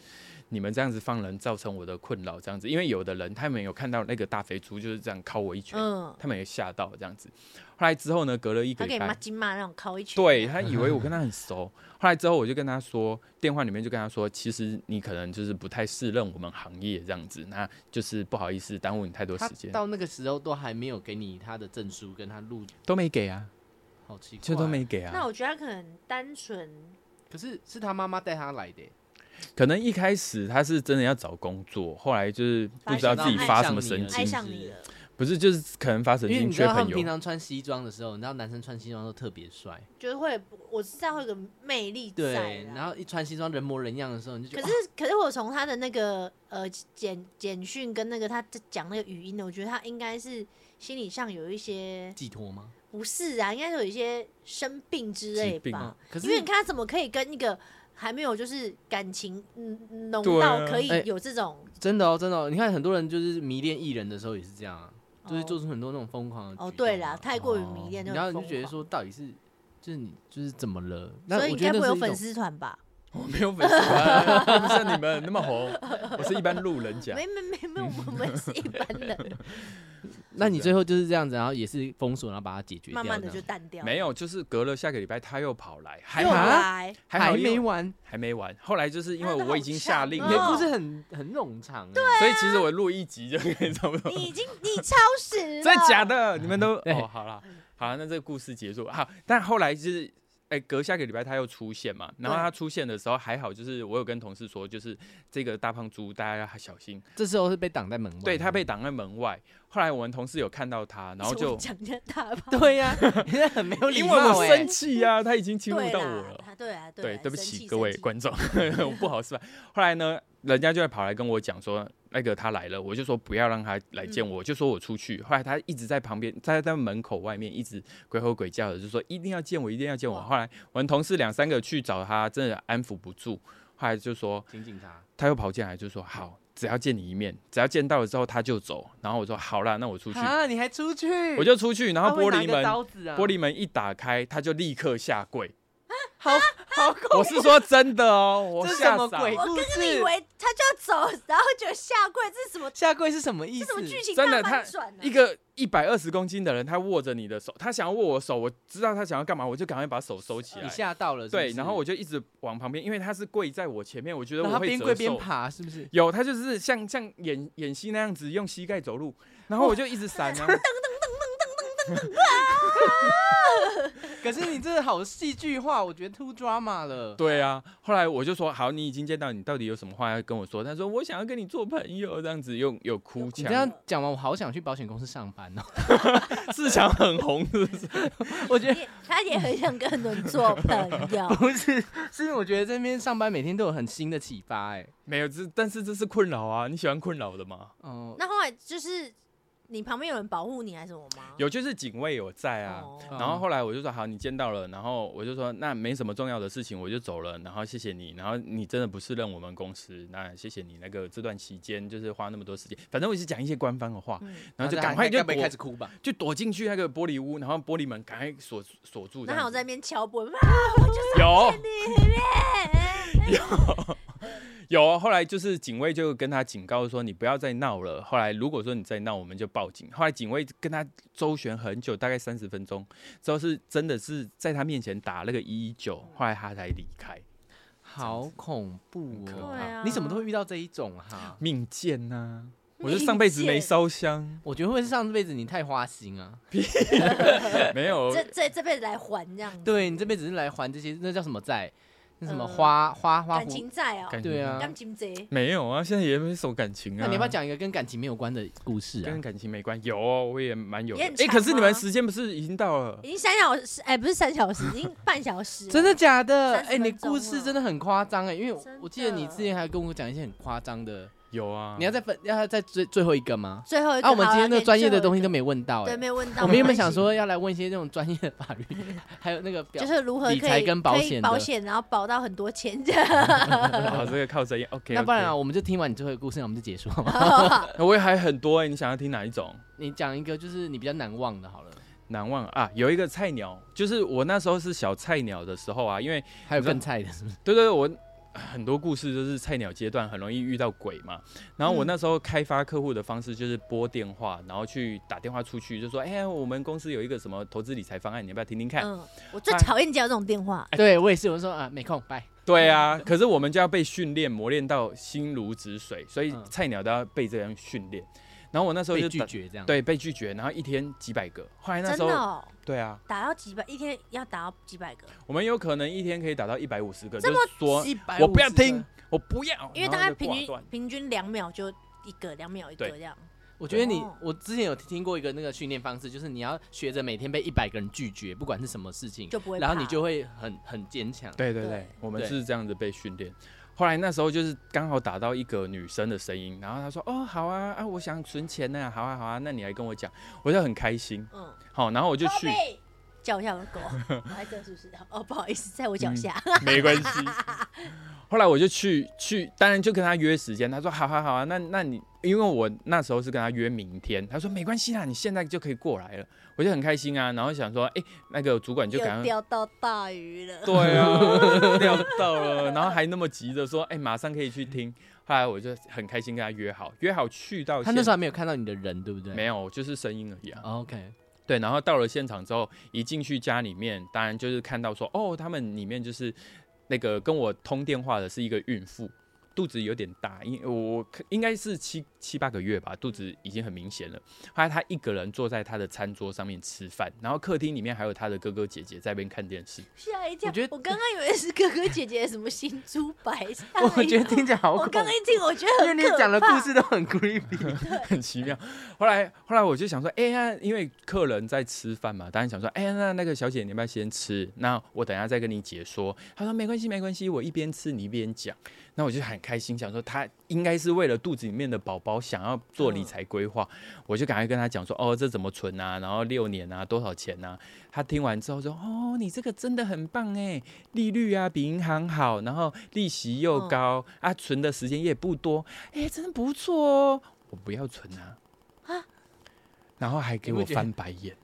C: 你们这样子放人，造成我的困扰。这样子，因为有的人他们有看到那个大肥猪就是这样敲我一拳，
A: 嗯，
C: 他们也吓到这样子。后来之后呢，隔了一个
A: 他给
C: 礼
A: 你骂
C: 拜，
A: 金骂那种靠一拳。
C: 对，他
B: 嗯
C: 以为我跟他很熟，后来之后我就跟他说，电话里面就跟他说，其实你可能就是不太适任我们行业这样子，那就是不好意思耽误你太多
B: 他
C: 时间，
B: 到那个时候都还没有给你他的证书跟他录，
C: 都没给啊，
B: 好奇怪，
C: 就都没。给啊
A: 那。我觉得他可能单纯，
B: 可是是他妈妈带他来的耶，
C: 可能一开始他是真的要找工作，后来就是不知道自己发什么神
A: 爱
B: 爱
C: 经，
A: 上
B: 上
A: 你
B: 你
A: 了
B: 了，
C: 不是就是可能发神
B: 因为
C: 经
B: 你知
C: 缺
B: 道他
C: 朋
B: 们平
C: 友。
B: 常穿西装的时候，你知道男生穿西装都特别帅，
A: 就是会我知道会有个魅力在
B: 对，
A: 啦。
B: 然后一穿西装人模人样的时候，你就觉
A: 可
B: 得啊
A: 是，可是我从他的那个呃简简讯跟那个他讲那个语音呢，我觉得他应该是心理上有一些
B: 寄托吗？
A: 不适啊，应该是有一些生病之类
C: 疾病
A: 吧
C: 啊。
B: 可是
A: 因为你看他怎么可以跟一个还没有就是感情嗯浓
C: 对
A: 到
C: 啊
A: 可以
B: 哎
A: 有这种，
B: 真的哦，真的哦，你看很多人就是迷恋艺人的时候也是这样啊，就是
A: 哦
B: 做出很多那种疯狂的
A: 哦
B: 举动
A: 对啦
B: 啊
A: 太过于迷恋就很
B: 然后你就
A: 疯
B: 觉得
A: 狂
B: 说到底是就是你就是怎么了？那
A: 所以
B: 我
A: 你
B: 觉
A: 该
B: 得
A: 不会有
B: 那是一种
A: 粉丝团吧？
C: 我没有粉丝啊，又不像你们那么红，我是一般路人甲。
A: 没没没没有，我们是一般
C: (laughs)
A: 人，
B: 那你最后就是这样子，然后也是封锁，然后把它解决掉
A: 慢
B: 这样，
A: 慢的就淡掉，
C: 没有，就是隔了下个礼拜他又跑来，还
A: 又
C: 好啊
A: 来，
C: 还
B: 还
C: 好因为
B: 没完，
C: 还没完。后来就是因为
A: 啊那好
C: 我已经下令
A: 长
B: 你
A: 哦啊
B: 的
C: 了，
B: 故事很很冗长欸，对
C: 所以其实我录一集就可以差不多。
A: (laughs) 你已经你超时了，
C: 真的假的？你们都
B: 对
C: 哦，好了，好啦那这个故事结束好，但后来就是。哎、隔下个礼拜他又出现嘛，然后
A: 对
C: 他出现的时候还好，就是我有跟同事说，就是这个大胖猪大家要小心，
B: 这时候是被挡在门外，
C: 对他被挡在门外。后来我们同事有看到他，然后
A: (laughs) 你怎么
C: 就
A: 讲一下大吧，
B: (laughs) 对 (laughs) 呀，你真的很没有礼
C: 因为
B: 貌
C: 我
B: 欸
C: 生气呀、啊，他已经侵入
A: 对
C: 到我
A: 啦
C: 了，，
A: 他对啊，
C: 对，
A: 啊
C: 对不
A: 生
C: 起
A: 气
C: 各
A: 生
C: 位
A: 气
C: 观众， (laughs) 我不好示范。后来呢，人家就会跑来跟我讲说，那个他来了，我就说不要让他来见
B: 嗯
C: 我，我就说我出去。后来他一直在旁边，在在门口外面一直鬼吼鬼叫的，就说一定要见我，一定要见我。
B: 哦
A: 哇
C: 后来我们同事两三个去找他，真的安抚不住，后来就说
B: 请警察，
C: 他又跑进来，就说好，只要见你一面，只要见到了之后他就走。然后我说好啦，那我出去，
B: 啊，你还出去，
C: 我就出去，然后
B: 他会
C: 玻
B: 拿
C: 璃
B: 一个
C: 门。
B: 刀子啊
C: 玻璃门一打开，他就立刻下跪。
B: 好好恐
C: 我是说真的
B: (laughs)
C: 哦，我
B: 这是
C: 吓
B: 什么
C: 傻
B: 鬼
C: 了
A: 我刚刚以为他就要走，然后就下跪，这是什么？
B: 下跪是什么意
A: 这
B: 思
A: 是什？么剧情
C: 真
A: 大
C: 的
A: 反
C: 他
A: 转啊
B: 嗯
A: 呢？
C: 一个一百二十公斤的人，他握着你的手，他想要握我手，我知道他想要干嘛，我就赶快把手收起
B: 你
C: 来。
B: 吓到了是不
C: 啊对，
B: 是
C: 然后我就一直往旁边，因为他是跪在我前面，我觉得
B: 然后他
C: 我会
B: 边
C: 折
B: 跪边
C: 寿
B: 爬，是不是？
C: 有，他就是像像演演戏那样子用膝盖走路，然后我就一
B: (laughs)
C: 直闪啊。
B: 可是你真的好戏剧化，我觉得 too drama 了。
C: 对啊，后来我就说好，你已经见到，你到底有什么话要跟我说？他说我想要跟你做朋友，这样子用有哭
B: 你
C: 腔
B: 这，样讲完，我好想去保险公司上班
C: (laughs)
B: 哦。
C: 志强很红，是不是？
B: (laughs) 我觉得，
A: 也他也很想跟很多人做朋友
B: (laughs) 不是，是因为我觉得这边上班每天都有很新的启发哎。
C: 没有，这但是这是困扰啊，你喜欢困扰的吗？
B: 哦，
A: 那后来就是你旁边有人保护你还是什么吗？
C: 有，就是警卫有在啊。
A: 哦
B: 嗯
C: 然后后来我就说好，你见到了，然后我就说那没什么重要的事情，我就走了。然后谢谢你，然后你真的不是任我们公司，那谢谢你那个这段期间就是花那么多时间，反正我也是讲一些官方的话，
A: 嗯
C: 然后就赶快就
B: 该不会
C: 躲
B: 开始哭吧？
C: 就躲进去那个玻璃屋，然后玻璃门赶快锁锁住这
A: 然后还有
C: 样子。
A: 在那边敲玻璃，啊我就是
C: 有
A: 你面，
C: (laughs) 有，啊后来就是警卫就跟他警告说你不要再闹了。后来如果说你再闹，我们就报警。后来警卫跟他周旋很久，大概三十分钟，之后是真的是在他面前打那个一一九，后来他才离开。
B: 好恐怖
C: 很可
B: 哦！
C: 怕
A: 对啊
B: 你怎么都会遇到这一种啊哈、
C: 命贱呐、我就
A: 命
C: 上辈子没
A: 贱
C: 烧香，
B: 我觉得会不会是上辈子你太花心啊？ (laughs)
C: 没有
A: 这这这辈子来还这样子，
B: 对你这辈子是来还这些，那叫什么债？那什么
A: 呃
B: 花、花花
A: 感
B: 狐？
A: 情债哦，
C: 感
B: 对啊
A: 感情债。
C: 没有啊，现在也没什么感情啊。
B: 那你要不要讲一个跟感情没有关的故事啊
C: 跟？感情没关？有哦，我也蛮有的。
A: 也很
C: 哎、可
A: 长
C: 是你们
A: 吗
C: 时间不是已经到了？
A: 已经三小时，哎，不是三小时，已经半小时了。
B: 真的假的？
A: 30
B: 哎、你
A: 分钟
B: 故事真的很夸张哎，因为我
A: 真的
B: 我记得你之前还跟我讲一些很夸张的
C: 有啊，
B: 你要再分，要他再最最后一个吗？
A: 最后一个
B: 啊，我们今天
A: 好
B: 的
A: 了
B: 专业的东西
A: 给
B: 都没问到
A: 最后一个对
B: 哎。
A: 没有问到。
B: 我们
A: 没
B: 原本
A: 关
B: 想
A: 系
B: 说要来问一些这种专业的法律， (laughs) 还有那个表
A: 就，是如何可以
B: 理财跟保
A: 可以
B: 险的
A: 保险，然后保到很多
B: (laughs)
A: 钱这样。
C: 啊，这个靠谁？OK，
B: 那不然啊我们就听完你最后一个故事，那我们就结束好吗？
C: 我也还很多哎、你想要听哪一种？
B: 你讲一个就是你比较难忘的，好了，
C: 难忘啊，有一个菜鸟，就是我那时候是小菜鸟的时候啊，因为
B: 还有更菜的，是不是？
C: 对对对，我很多故事就是菜鸟阶段很容易遇到鬼嘛。然后我
A: 嗯
C: 那时候开发客户的方式就是拨电话，然后去打电话出去，就说：“哎、我们公司有一个什么投资理财方案，你要不要听听看？”
A: 嗯，我最讨厌接到这种电话。
C: 哎
B: 对我也是，我说啊没空，拜。
C: 对啊，可是我们就要被训练磨练到心如止水，所以
B: 嗯
C: 菜鸟都要被这样训练。然后我那时候
B: 被
C: 就
B: 拒
C: 打
B: 绝这样。，
C: 对，被拒绝，然后一天几百个。后
B: 哎
C: 来那
A: 真
C: 时候，
A: 的哦，
C: 对啊，
A: 打到几百，一天要打到几百个，
C: 我们有可能一天可以打到一百五十个，
A: 这
C: 就是说
B: 一百
C: 我不要听，我不要，
A: 因为
C: 然
A: 大
C: 后
A: 概
C: 就
A: 平
C: 挂
A: 均
C: 断
A: 平均两秒就一个，两秒一个这样。
B: 我觉得你
A: 哦，
B: 我之前有听过一个那个训练方式，就是你要学着每天被一百个人拒绝，不管是什么事情，
A: 就不会
B: 然后
A: 怕
B: 你就会很很坚强。
C: 对对
A: 对
C: 对，我们
B: 对
C: 是这样子被训练。后来那时候就是刚好打到一个女生的声音，然后她说：“哦，好啊，啊，我想存钱呢、好啊，好啊，那你来跟我讲。”我就很开心，
A: 嗯，
C: 好，然后我就去，
A: 叫一下我的
B: (laughs)
A: 狗，我在这是不是？哦，不好意思，在我
B: 嗯
A: 脚下。
C: (laughs) 没关系。后来我就去去，当然就跟他约时间。他说：“好好好啊，那那你因为我那时候是跟他约明天，他说没关系啦，你现在就可以过来了。”我就很开心啊，然后想说：“哎、那个主管
A: (laughs)
C: 就
A: 又
C: 赶快。”
A: 钓到大鱼了。
C: 对啊，料到了，然后还那么急着说：“哎、马上可以去听。”后来我就很开心跟他约好，约好去到
B: 他那时候
C: 现
B: 还没有看到你的人，对不对？
C: 没有，就是声音而已啊。
B: OK，
C: 对，然后到了现场之后，一进去家里面，当然就是看到说，哦，他们里面就是那个跟我通电话的是一个孕妇，肚子有点大，因我我应该是七七八个月吧，肚子已经很明显了。后来她一个人坐在她的餐桌上面吃饭，然后客厅里面还有她的哥哥姐姐在那边看电视。
A: 吓一跳！
B: 我觉得。
A: 我刚刚以为是哥哥姐姐什么新猪白菜
B: (laughs) 我觉得听起来好
A: 我
B: 恐怖
A: 刚刚，一听，我觉得
B: 因
A: 很
B: 为你
A: 可怕
B: 讲的故事都很 creepy。
C: 很奇妙。后来后来我就想说，哎、呀，因为客人在吃饭嘛，当然想说，哎、呀，那那个小姐你要不要先吃？那我等一下再跟你解说。她说没关系没关系，我一边吃你一边讲。那我就很开心，想说她应该是为了肚子里面的宝宝想要做理财规划，我就赶快跟她讲说，哦，这怎么存啊？然后六年啊，多少钱啊？她听完之后说，哦，你这个真的很棒哎，利率啊比银行好，然后利息又
A: 嗯
C: 高、啊，存的时间也不多，哎、真的不错哦。我不要存啊！
A: 啊
C: 然后还给
B: 你
C: 我
B: 不觉得
C: 翻白眼，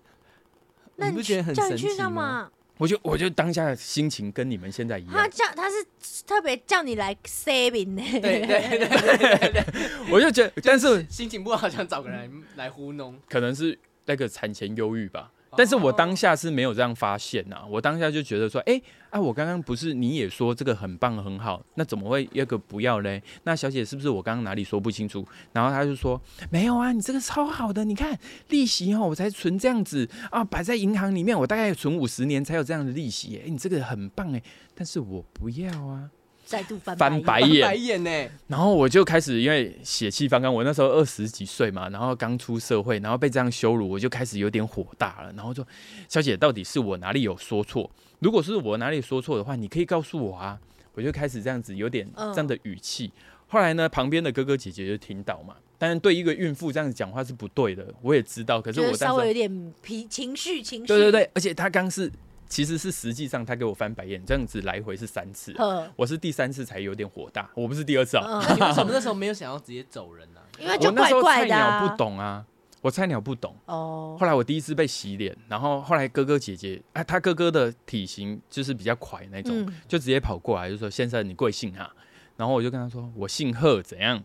A: 那
B: 你
A: 你
B: 不觉得很
A: 叫你
B: 神奇
A: 去干
B: 吗？
A: 嘛？
C: 我就我就当下的心情跟你们现在一
A: 他
B: 啊
C: 样，
A: 叫他是特别叫你来 saving 呢、
B: 对对对对对对，
C: 我就觉得，但是
B: 心情不好想找个人来糊弄。
C: 可能是那个产前忧郁吧。但是我当下是没有这样发现呐、我当下就觉得说，哎、啊，我刚刚不是你也说这个很棒很好，那怎么会有个不要嘞？那小姐是不是我刚刚哪里说不清楚？然后她就说，没有啊，你这个超好的，你看利息哦，我才存这样子啊，摆在银行里面，我大概存五十年才有这样的利息耶，哎、你这个很棒哎，但是我不要啊。
A: 再度翻
C: 翻
A: 白
B: 白
C: 白
A: 眼
C: 眼
B: 白眼呢？
C: 然后我就开始因为血气方刚，我那时候二十几岁嘛，然后刚出社会，然后被这样羞辱，我就开始有点火大了。然后就，小姐，到底是我哪里有说错？如果是我哪里说错的话，你可以告诉我啊。我就开始这样子，有点
A: 嗯
C: 这样的语气。后来呢，旁边的哥哥姐姐就听到嘛，当然对一个孕妇这样子讲话是不对的，我也知道。可是
A: 就
C: 我
A: 是稍
C: 当
A: 微有
C: 时，
A: 点皮情绪情绪。
C: 对对对，而且她刚是，其实是实际上她给我翻白眼，这样子来回是三次。
B: 哦
A: 呵，
C: 我是第三次才有点火大，我不是第二次啊。
B: (laughs)
A: 嗯，
B: 你为什么那时候没有想要直接走人呢？
A: 因为
C: 我
A: 就
C: 那
A: 怪
C: 时候菜
A: 怪的、
C: 鸟
A: 啊。
C: 不懂啊，我菜鸟不懂。
A: 哦，
C: 后来我第一次被洗脸，然后后来哥哥姐姐，啊，他哥哥的体型就是比较快那种，
A: 嗯
C: 就直接跑过来就说：“先生，你贵姓啊？”然后我就跟他说：“我姓贺，怎样？”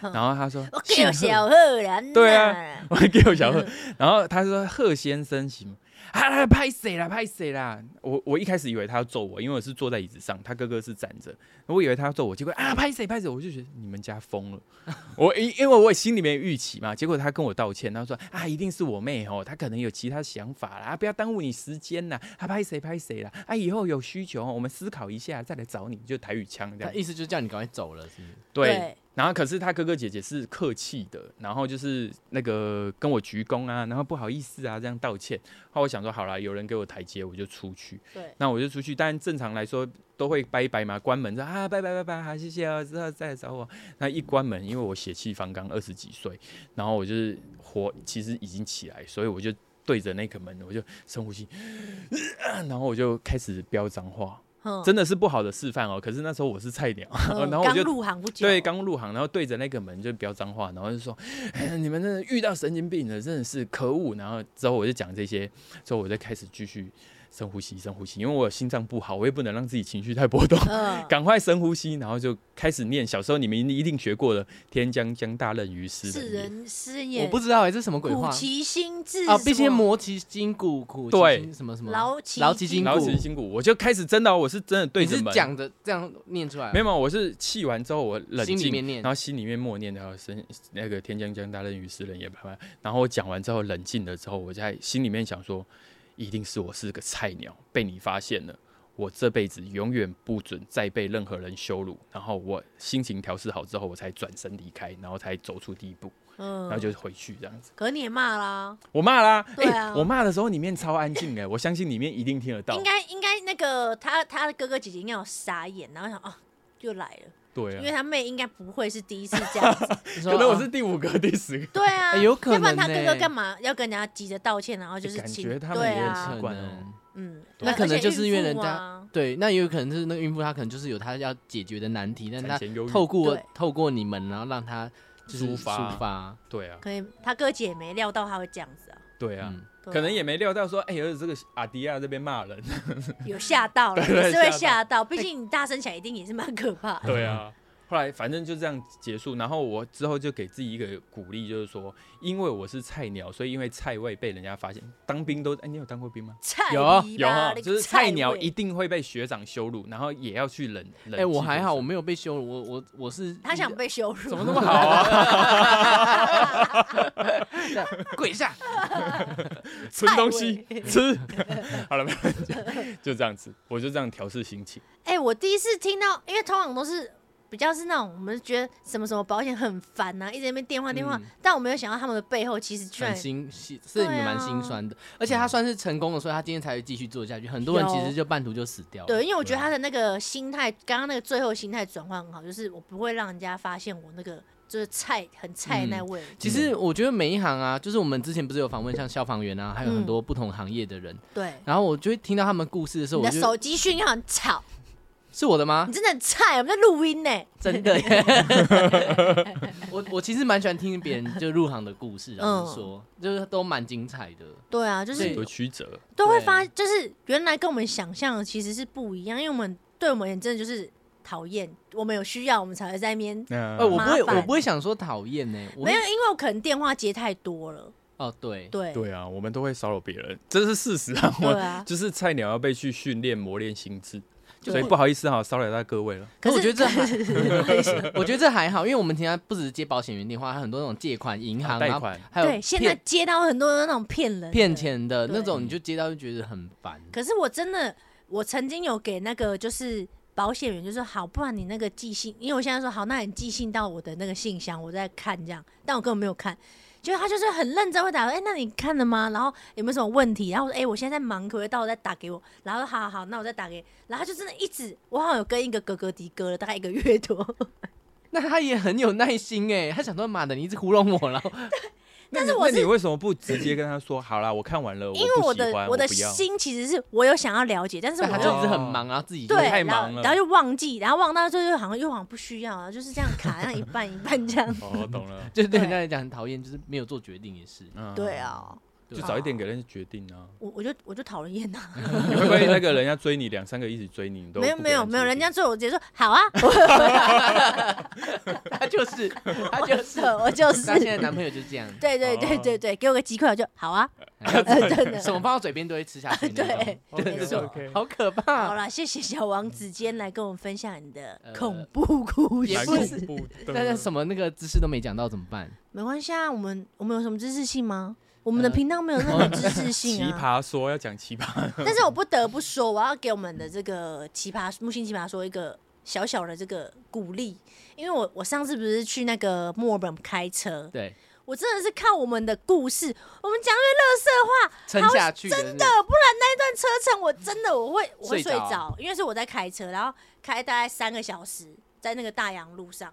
A: 哼哦
C: 然后他说
A: 我：“
C: 姓
A: 叫
C: 贺。
A: 小贺然。
C: 对啊，我给我 (laughs) 小贺。然后他说：“贺先生行吗？”啊，拍谁啦？拍谁啦？我我一开始以为他要揍我，因为我是坐在椅子上，他哥哥是站着，我以为他要揍我，结果啊，拍谁拍谁，我就觉得你们家疯了。 (laughs) 我因因为我心里面有预期嘛，结果他跟我道歉，他说啊，一定是我妹哦，她可能有其他想法啦，啊不要耽误你时间啦，啊拍谁拍谁啦，啊以后有需求哦我们思考一下再来找你，就台语腔这
B: 他
C: 样。
B: 意思就是叫你赶快走了，是不是？
C: 对，然后可是他哥哥姐姐是客气的，然后就是那个跟我鞠躬啊，然后不好意思啊这样道歉。后来我想说好啦，有人给我台阶，我就出去。
A: 对，
C: 那我就出去，但正常来说都会拜一拜嘛，关门说啊拜拜拜拜，好谢谢哦，之后再来找我。那一关门，因为我血气方刚，二十几岁，然后我就是火其实已经起来，所以我就对着那个门，我就 (laughs) 深呼吸，然后我就开始飙脏话，
A: 嗯
C: 真的是不好的示范哦。可是那时候我是菜鸟，
A: 嗯
C: (laughs) 然后我
A: 刚
C: 就
A: 入行不久，
C: 对，刚入行，然后对着那个门就飙脏话，然后就说：“ (laughs) 哎呀，你们真的遇到神经病了，真的是可恶。”然后之后我就讲这些，之后我就开始继续深呼吸，深呼吸，因为我心脏不好，我也不能让自己情绪太波动，
A: 嗯，
C: (laughs) 赶快深呼吸，然后就开始念小时候你们一定学过的“天将降大任于斯
A: 世
C: 人也
A: 人师
B: 我
A: 也，
B: 不知道哎、这什么鬼
A: 苦
B: 话
A: 其心志
B: 啊？
A: 什
B: 必先
A: 么
B: 磨其筋骨，苦
C: 对
B: 其心什么什么
A: 劳其
B: 劳其筋”，
C: 然后其实
B: 骨。
C: 辛苦，我就开始真的哦，我是真的对
B: 你
C: 着
B: 是
C: 门，
B: 讲的这样念出来？啊
C: 没有，没有我是气完之后我冷
B: 心里
C: 静
B: 面念
C: 然后心里面默念，然后神那个天将降大任于斯人也拜拜。然后我讲完之后冷静了之后，我在心里面想说，一定是我是个菜鸟，被你发现了。我这辈子永远不准再被任何人羞辱。然后我心情调试好之后，我才转身离开，然后才走出第一步，
A: 嗯，
C: 然后就回去这样子。
A: 可是你也骂啦，
C: 我骂啦，
A: 对
C: 诶
A: 啊
C: 我骂的时候里面超安静哎、我相信里面一定听得到
A: 应。该应该那个他他的哥哥姐姐应该有傻眼，然后想哦又来了，
C: 对
A: 因为
C: 啊，
A: 他妹应该不会是第一次这
C: (laughs)
A: 样子，
B: 你说
C: 可能我
B: 啊
C: 是第五个、第十个。
A: 对啊，
B: 哎有可
A: 要不然他
B: 能
A: 哥
B: 呢
A: 哥干嘛要跟人家急着道歉，然后就是
C: 感
A: 请
C: 觉他们
A: 对
C: 也很
A: 啊
C: 奇，怪哦
A: 嗯，
B: 那可能就是因为人家
A: 家
B: 对，那也有可能是那个孕妇她可能就是有她要解决的难题，但
C: 产
B: 她
C: 前忧郁
B: 透过
A: 对
B: 透过你们，然后让她就是
C: 抒发
B: 抒发，
C: 对啊，
A: 可能他哥姐也没料到他会这样子啊，
C: 对啊。
B: 嗯，
A: 对啊
C: 可能也没料到说，哎、儿子这个阿迪亚这边骂
A: (laughs)
C: 人，
A: 有吓到了，
C: 对对
A: 也是会吓
C: 吓
A: 到，毕竟你大声起来一定也是蛮可怕的。
C: 对啊。后来反正就这样结束，然后我之后就给自己一个鼓励，就是说，因为我是菜鸟，所以因为菜味被人家发现，当兵都，哎、你有当过兵吗？
A: 菜
B: 有
A: 泥
C: 有
A: 巴
C: 哈，
A: 那个
C: 就是菜鸟
A: 味
C: 一定会被学长羞辱，然后也要去忍忍。
B: 哎、我还
C: (laughs)
B: 好，我，没有被羞辱，我我我是
A: 他想被羞辱，
B: 怎么那么好啊？
A: (laughs)
B: 跪下，
C: 存东西
A: 菜味
C: 吃。 (laughs) 好了，没有就这样子，我就这样调试心情。
A: (laughs) 哎、我第一次听到，因为通常都是比较是那种我们觉得什么什么保险很烦啊呐、一直在那边电话电话，
B: 嗯
A: 但我没有想到他们的背后其实居然
B: 很心心
A: 啊
B: 是你们蛮心酸的，而且他算是成功的，所以他今天才继续做下去。很多人其
A: 有
B: 实就半途就死掉了。
A: 对，因为我觉得
B: 啊
A: 他的那个心态，刚刚那个最后心态转换很好，就是我不会让人家发现我那个就是菜很菜的那味。
B: 其实我觉得每一行啊，就是我们之前不是有访问像消防员啊，
A: 嗯
B: 还有很多不同行业的人，
A: 对，
B: 然后我就会听到他们故事的时候，
A: 你嗯
B: 我
A: 的
B: 就
A: 手机讯号很吵，
B: 是我的吗
A: 你？真的很菜，我们在录音呢。
B: 真的
A: (laughs)
B: 耶！我我其实蛮喜欢听别人就入行的故事，老实说，
A: 嗯
B: 就是都蛮精彩的。
A: 对啊，就
B: 所
A: 是
B: 以
C: 有曲折，
A: 都会
B: 对
A: 发，就是原来跟我们想象的其实是不一样，因为我们对我们也真的就是讨厌，我们有需要我们才会在那边。
C: 那、
B: 呃，我不会，
A: 麻烦
B: 我不会想说讨厌呢。我
A: 没
B: 会
A: 有，因为我可能电话接太多了。
B: 哦，对，
A: 对
C: 对啊，我们都会骚扰别人，这是事实
A: (laughs)
C: 啊。我
A: 对啊，
C: 就是菜鸟要被去训练磨练心智，
A: 对
C: 所以不好意思哈，骚扰到各位了。
A: 可
B: 可
A: 是 (laughs)
B: 是我觉得这还，我觉得这还好，因为我们平常不只是接保险员电话，还有很多那种借款、银行、
C: 啊贷
B: 然后
C: 款
B: 还有
A: 对，现在
B: 骗
A: 接到很多那种骗人的
B: 骗。钱的
A: 对
B: 那种，你就接到就觉得很烦。
A: 可是我真的，我曾经有给那个就是保险员，就说好，不然你那个寄信，因为我现在说好，那你寄信到我的那个信箱，我再看这样，但我根本没有看。结果他就是很认真会打，哎、那你看了吗？然后有没有什么问题？然后我说，哎、我现在在忙，可不可以到时候再打给我？然后说好好好，那我再打给你。然后他就真的一直，我好像有跟一个哥哥迪哥了，大概一个月多。
B: 那他也很有耐心哎，他想说妈的，你一直糊弄我， (laughs) 然后
A: 但
C: 那
A: 是
C: 你
A: 我
C: 那
A: 是
C: 你为什么不直接跟
A: (clears throat)
C: 他说？好 (laughs) 啦，我看完了，
A: 因为
C: 我
A: 我
C: 不喜
A: 的
C: 欢，
A: 我的
C: 不要。
A: 心其实是我有想要了解，但是
B: 但
A: 我
B: 他
A: 就
B: 就一直很忙，然后自己就
A: 对，
C: 太
A: 然
C: 忙
A: 后
C: 了。
A: 然后就忘记，然后忘到最后好像又好像不需要啊，就是这样卡，那一半一半这样
C: 哦，
A: (laughs)
C: 懂了。
B: 就是对人
A: 对
B: 家来讲很讨厌，就是没有做决定也 (laughs) 是。
C: 嗯
A: 对，啊，
C: 就早一点给人家决定
A: (laughs)
C: 啊。
A: 我我就我就讨人厌呐，
C: 你会不会那个人家追你两三个一起追你，你都
A: 没有
C: 不
A: 没
C: 给
A: 有
C: 决
A: 没有，人
C: 定
A: 家最后我直接说好啊，我
B: 他就是他就是，
A: 我我就是，
B: 他现在男朋友就是 (laughs) 这样，
A: (laughs) 对对对对对，给我个鸡块我就好啊，
B: 哎
A: 呃真的
B: 什，么放到嘴边都会吃下去那种
A: 对，， (laughs) 没错。
C: OK，OK
B: 好可
A: 好
B: 怕。
A: 啦，谢谢小王子今天来跟我们分享你的
B: 呃
A: 恐怖故
B: 也
A: 事
C: 蛮，
B: 不
C: 恐
B: 是
C: 怖的。
A: (laughs)
B: 但是什么那个姿势都没讲到怎么办？
A: 没关系啊，我们我们有什么知识性吗？我们的
B: 呃
A: 频道没有那种知识性
C: 奇
A: 啊，
C: 葩
A: (laughs)
C: 说要讲奇葩，
A: 但是我不得不说，我要给我们的这个奇葩木星奇葩说一个小小的这个鼓励，因为我我上次不是去那个墨尔本开车，
B: 对，
A: 我真的是看我们的故事，我们讲那乐色话，
B: 撑
A: 好
B: 下去的
A: 真
B: 是
A: 的，不然那一段车程我真的我会我会
B: 睡
A: 睡
B: 着
A: 着，因为是我在开车，然后开大概三个小时在那个大洋路上，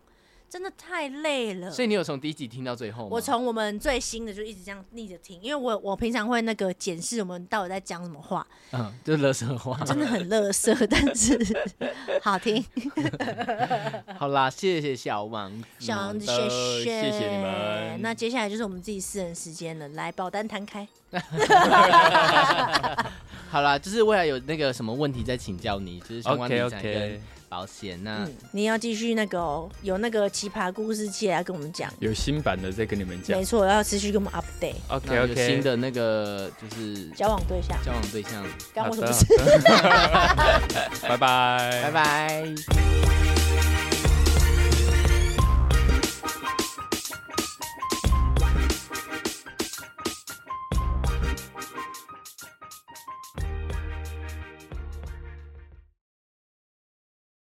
A: 真的太累了。
B: 所以你有从第一集听到最后吗？
A: 我从我们最新的就一直这样逆着听，因为我我平常会那个检视我们到底在讲什么
B: (laughs)
A: 话，
B: 嗯，就是乐色话。
A: 真的很乐色，但是 (laughs) 好听。
B: (laughs) 好啦，谢谢小王子。
A: 小王子，
B: 嗯
C: 好
A: 谢
C: 的
A: 谢，
C: 谢谢你们
A: 那接下来就是我们自己私人时间了，来保单摊开。
B: 好啦，就是未来有那个什么问题再请教你，就是相关
C: OK
B: 理财跟
C: OK，
B: 保险那、
A: 嗯，你要继续那个哦、有那个奇葩故事记得来跟我们讲。
C: 有新版的再跟你们讲
A: 没。错，要持续跟我们 update。
C: OK
B: 那有
C: OK，
B: 新的那个就是
A: 交往对象，
B: 交往对象，
A: 干我什么
C: 好
A: 事
C: (laughs) 的？拜拜，
B: 拜拜。